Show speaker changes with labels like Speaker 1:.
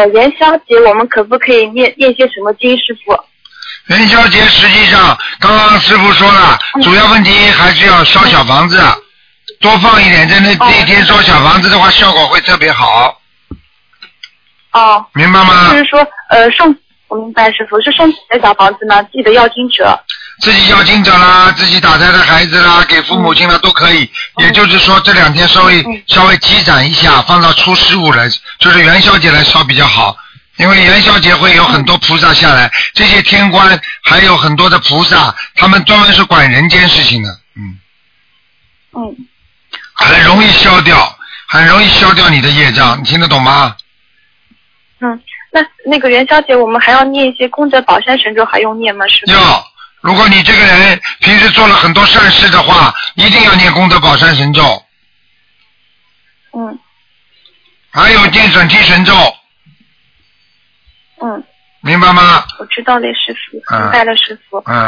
Speaker 1: 呃，元宵节我们可不可以念念些什么经，师傅？
Speaker 2: 元宵节实际上，刚刚师傅说了，主要问题还是要烧小房子，啊多放一点，在那这一天烧小房子的话，效果会特别好，
Speaker 1: 哦，
Speaker 2: 明白吗
Speaker 1: 就？是说，呃，送，我明白，师傅是送的小房子吗？记得要经者。
Speaker 2: 自己要经者啦，自己打胎的孩子啦，给父母亲啦都可以。也就是说，这两天稍微稍微积攒一下，放到初十五来，就是元宵节来烧比较好。因为元宵节会有很多菩萨下来，这些天官还有很多的菩萨，他们专门是管人间事情的，嗯，
Speaker 1: 嗯，
Speaker 2: 很容易消掉，很容易消掉你的业障，你听得懂吗？
Speaker 1: 嗯那那个元宵节我们还要念一些功德宝山神咒，还用念吗，师傅？
Speaker 2: 要，如果你这个人平时做了很多善事的话，一定要念功德宝山神咒，
Speaker 1: 嗯
Speaker 2: 还有念准提神咒，
Speaker 1: 嗯，
Speaker 2: 明白吗？
Speaker 1: 我知道嘞，师傅，
Speaker 2: 嗯
Speaker 1: 明白了，师傅。
Speaker 2: 嗯。